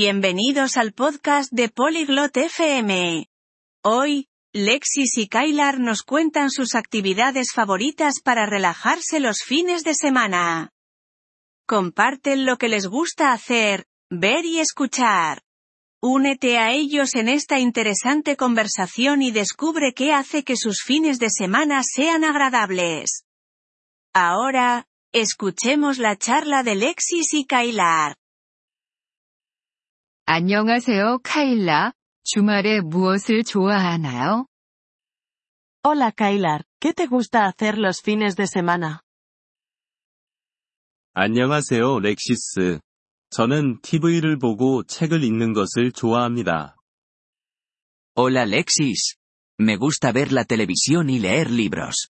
Bienvenidos al podcast de Polyglot FM. Hoy, Lexis y Kylar nos cuentan sus actividades favoritas para relajarse los fines de semana. Comparten lo que les gusta hacer, ver y escuchar. Únete a ellos en esta interesante conversación y descubre qué hace que sus fines de semana sean agradables. Ahora, escuchemos la charla de Lexis y Kylar. 안녕하세요, 카일라. 주말에 무엇을 좋아하나요? Hola Kailar, ¿qué te gusta hacer los fines de semana? 안녕하세요, 렉시스. 저는 TV를 보고 책을 읽는 것을 좋아합니다. Hola Lexis. Me gusta ver la televisión y leer libros.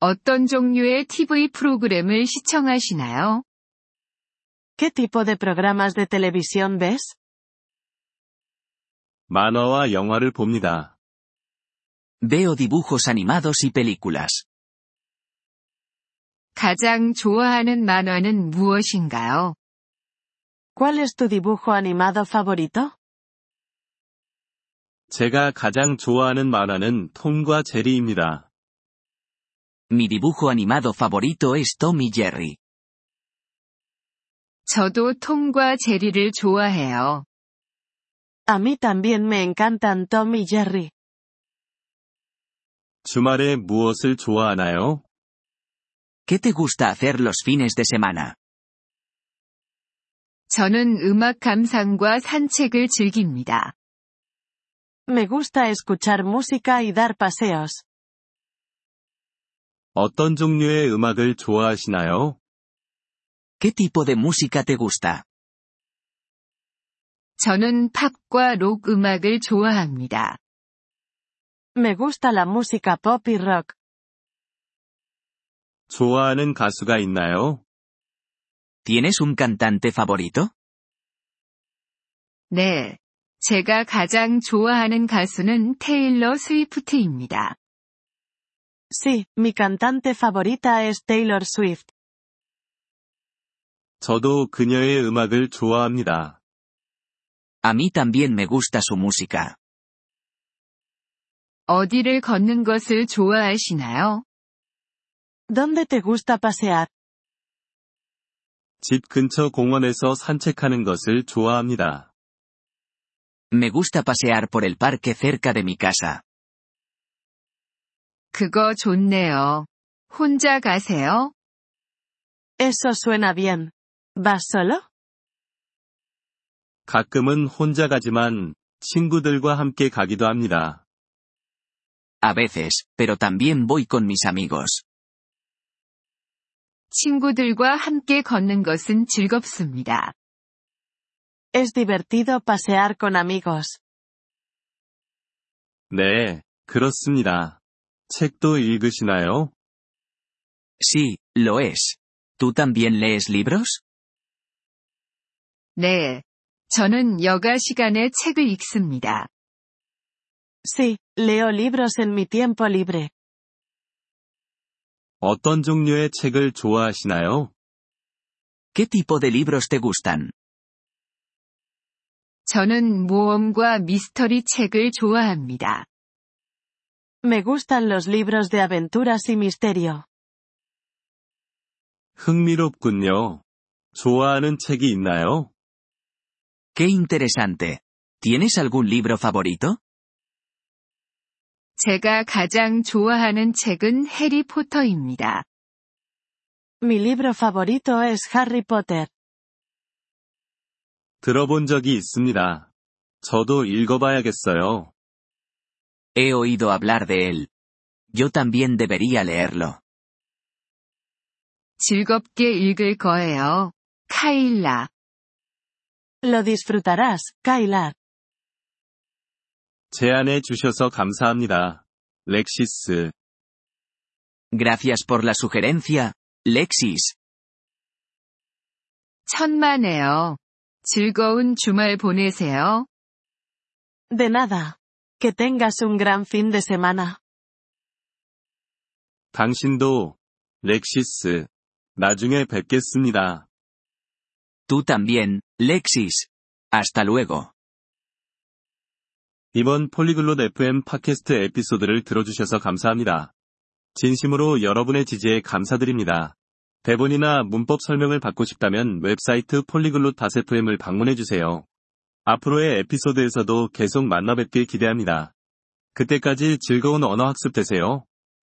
어떤 종류의 TV 프로그램을 시청하시나요? ¿Qué tipo de programas de televisión ves? 만화와 영화를 봅니다. Veo dibujos animados y películas. 가장 좋아하는 만화는 무엇인가요? ¿Cuál es tu dibujo animado favorito? 제가 가장 좋아하는 만화는 톰과 제리입니다. Mi dibujo animado favorito es Tom y Jerry. 저도 톰과 제리를 좋아해요. A mí también me encantan Tom y Jerry. 주말에 무엇을 좋아하나요? ¿Qué te gusta hacer los fines de semana? 저는 음악 감상과 산책을 즐깁니다. Me gusta escuchar música y dar paseos. 어떤 종류의 음악을 좋아하시나요? ¿Qué tipo de música te gusta? 저는 팝과 록 음악을 좋아합니다. Me gusta la música pop y rock. 좋아하는 가수가 있나요? ¿Tienes un cantante favorito? 네. 제가 가장 좋아하는 가수는 테일러 스위프트입니다. Sí, mi cantante favorita es Taylor Swift. 저도 그녀의 음악을 좋아합니다. A mí también me gusta su música. 어디를 걷는 것을 좋아하시나요? ¿Dónde te gusta pasear? 집 근처 공원에서 산책하는 것을 좋아합니다. Me gusta pasear por el parque cerca de mi casa. 그거 좋네요. 혼자 가세요? Eso suena bien. ¿Vas solo? 가끔은 혼자 가지만 친구들과 함께 가기도 합니다. A veces, pero también voy con mis amigos. 친구들과 함께 걷는 것은 즐겁습니다. Es divertido pasear con amigos. 네, 그렇습니다. 책도 읽으시나요? Sí, lo es. ¿Tú también lees libros? 네. 저는 여가 시간에 책을 읽습니다. Sí, leo libros en mi tiempo libre. 어떤 종류의 책을 좋아하시나요? ¿Qué tipo de libros te gustan? 저는 모험과 미스터리 책을 좋아합니다. Me gustan los libros de aventuras y misterio. 흥미롭군요. 좋아하는 책이 있나요? Qué interesante. ¿Tienes algún libro favorito? 제가 가장 좋아하는 책은 해리포터입니다. Mi libro favorito es Harry Potter. 들어본 적이 있습니다. 저도 읽어봐야겠어요. He oído hablar de él. Yo también debería leerlo. 즐겁게 읽을 거예요. 카일라. Lo disfrutarás, Kailar. 제안해 주셔서 감사합니다. 렉시스. Gracias por la sugerencia, Lexis. 천만에요. 즐거운 주말 보내세요. De nada. Que tengas un gran fin de semana. 당신도, 렉시스. 나중에 뵙겠습니다. Tú también, Lexis. Hasta luego. 이번 폴리글롯 FM 팟캐스트 에피소드를 들어주셔서 감사합니다. 진심으로 여러분의 지지에 감사드립니다. 대본이나 문법 설명을 받고 싶다면 웹사이트 polyglot.fm을 방문해주세요. 앞으로의 에피소드에서도 계속 만나뵙길 기대합니다. 그때까지 즐거운 언어학습 되세요.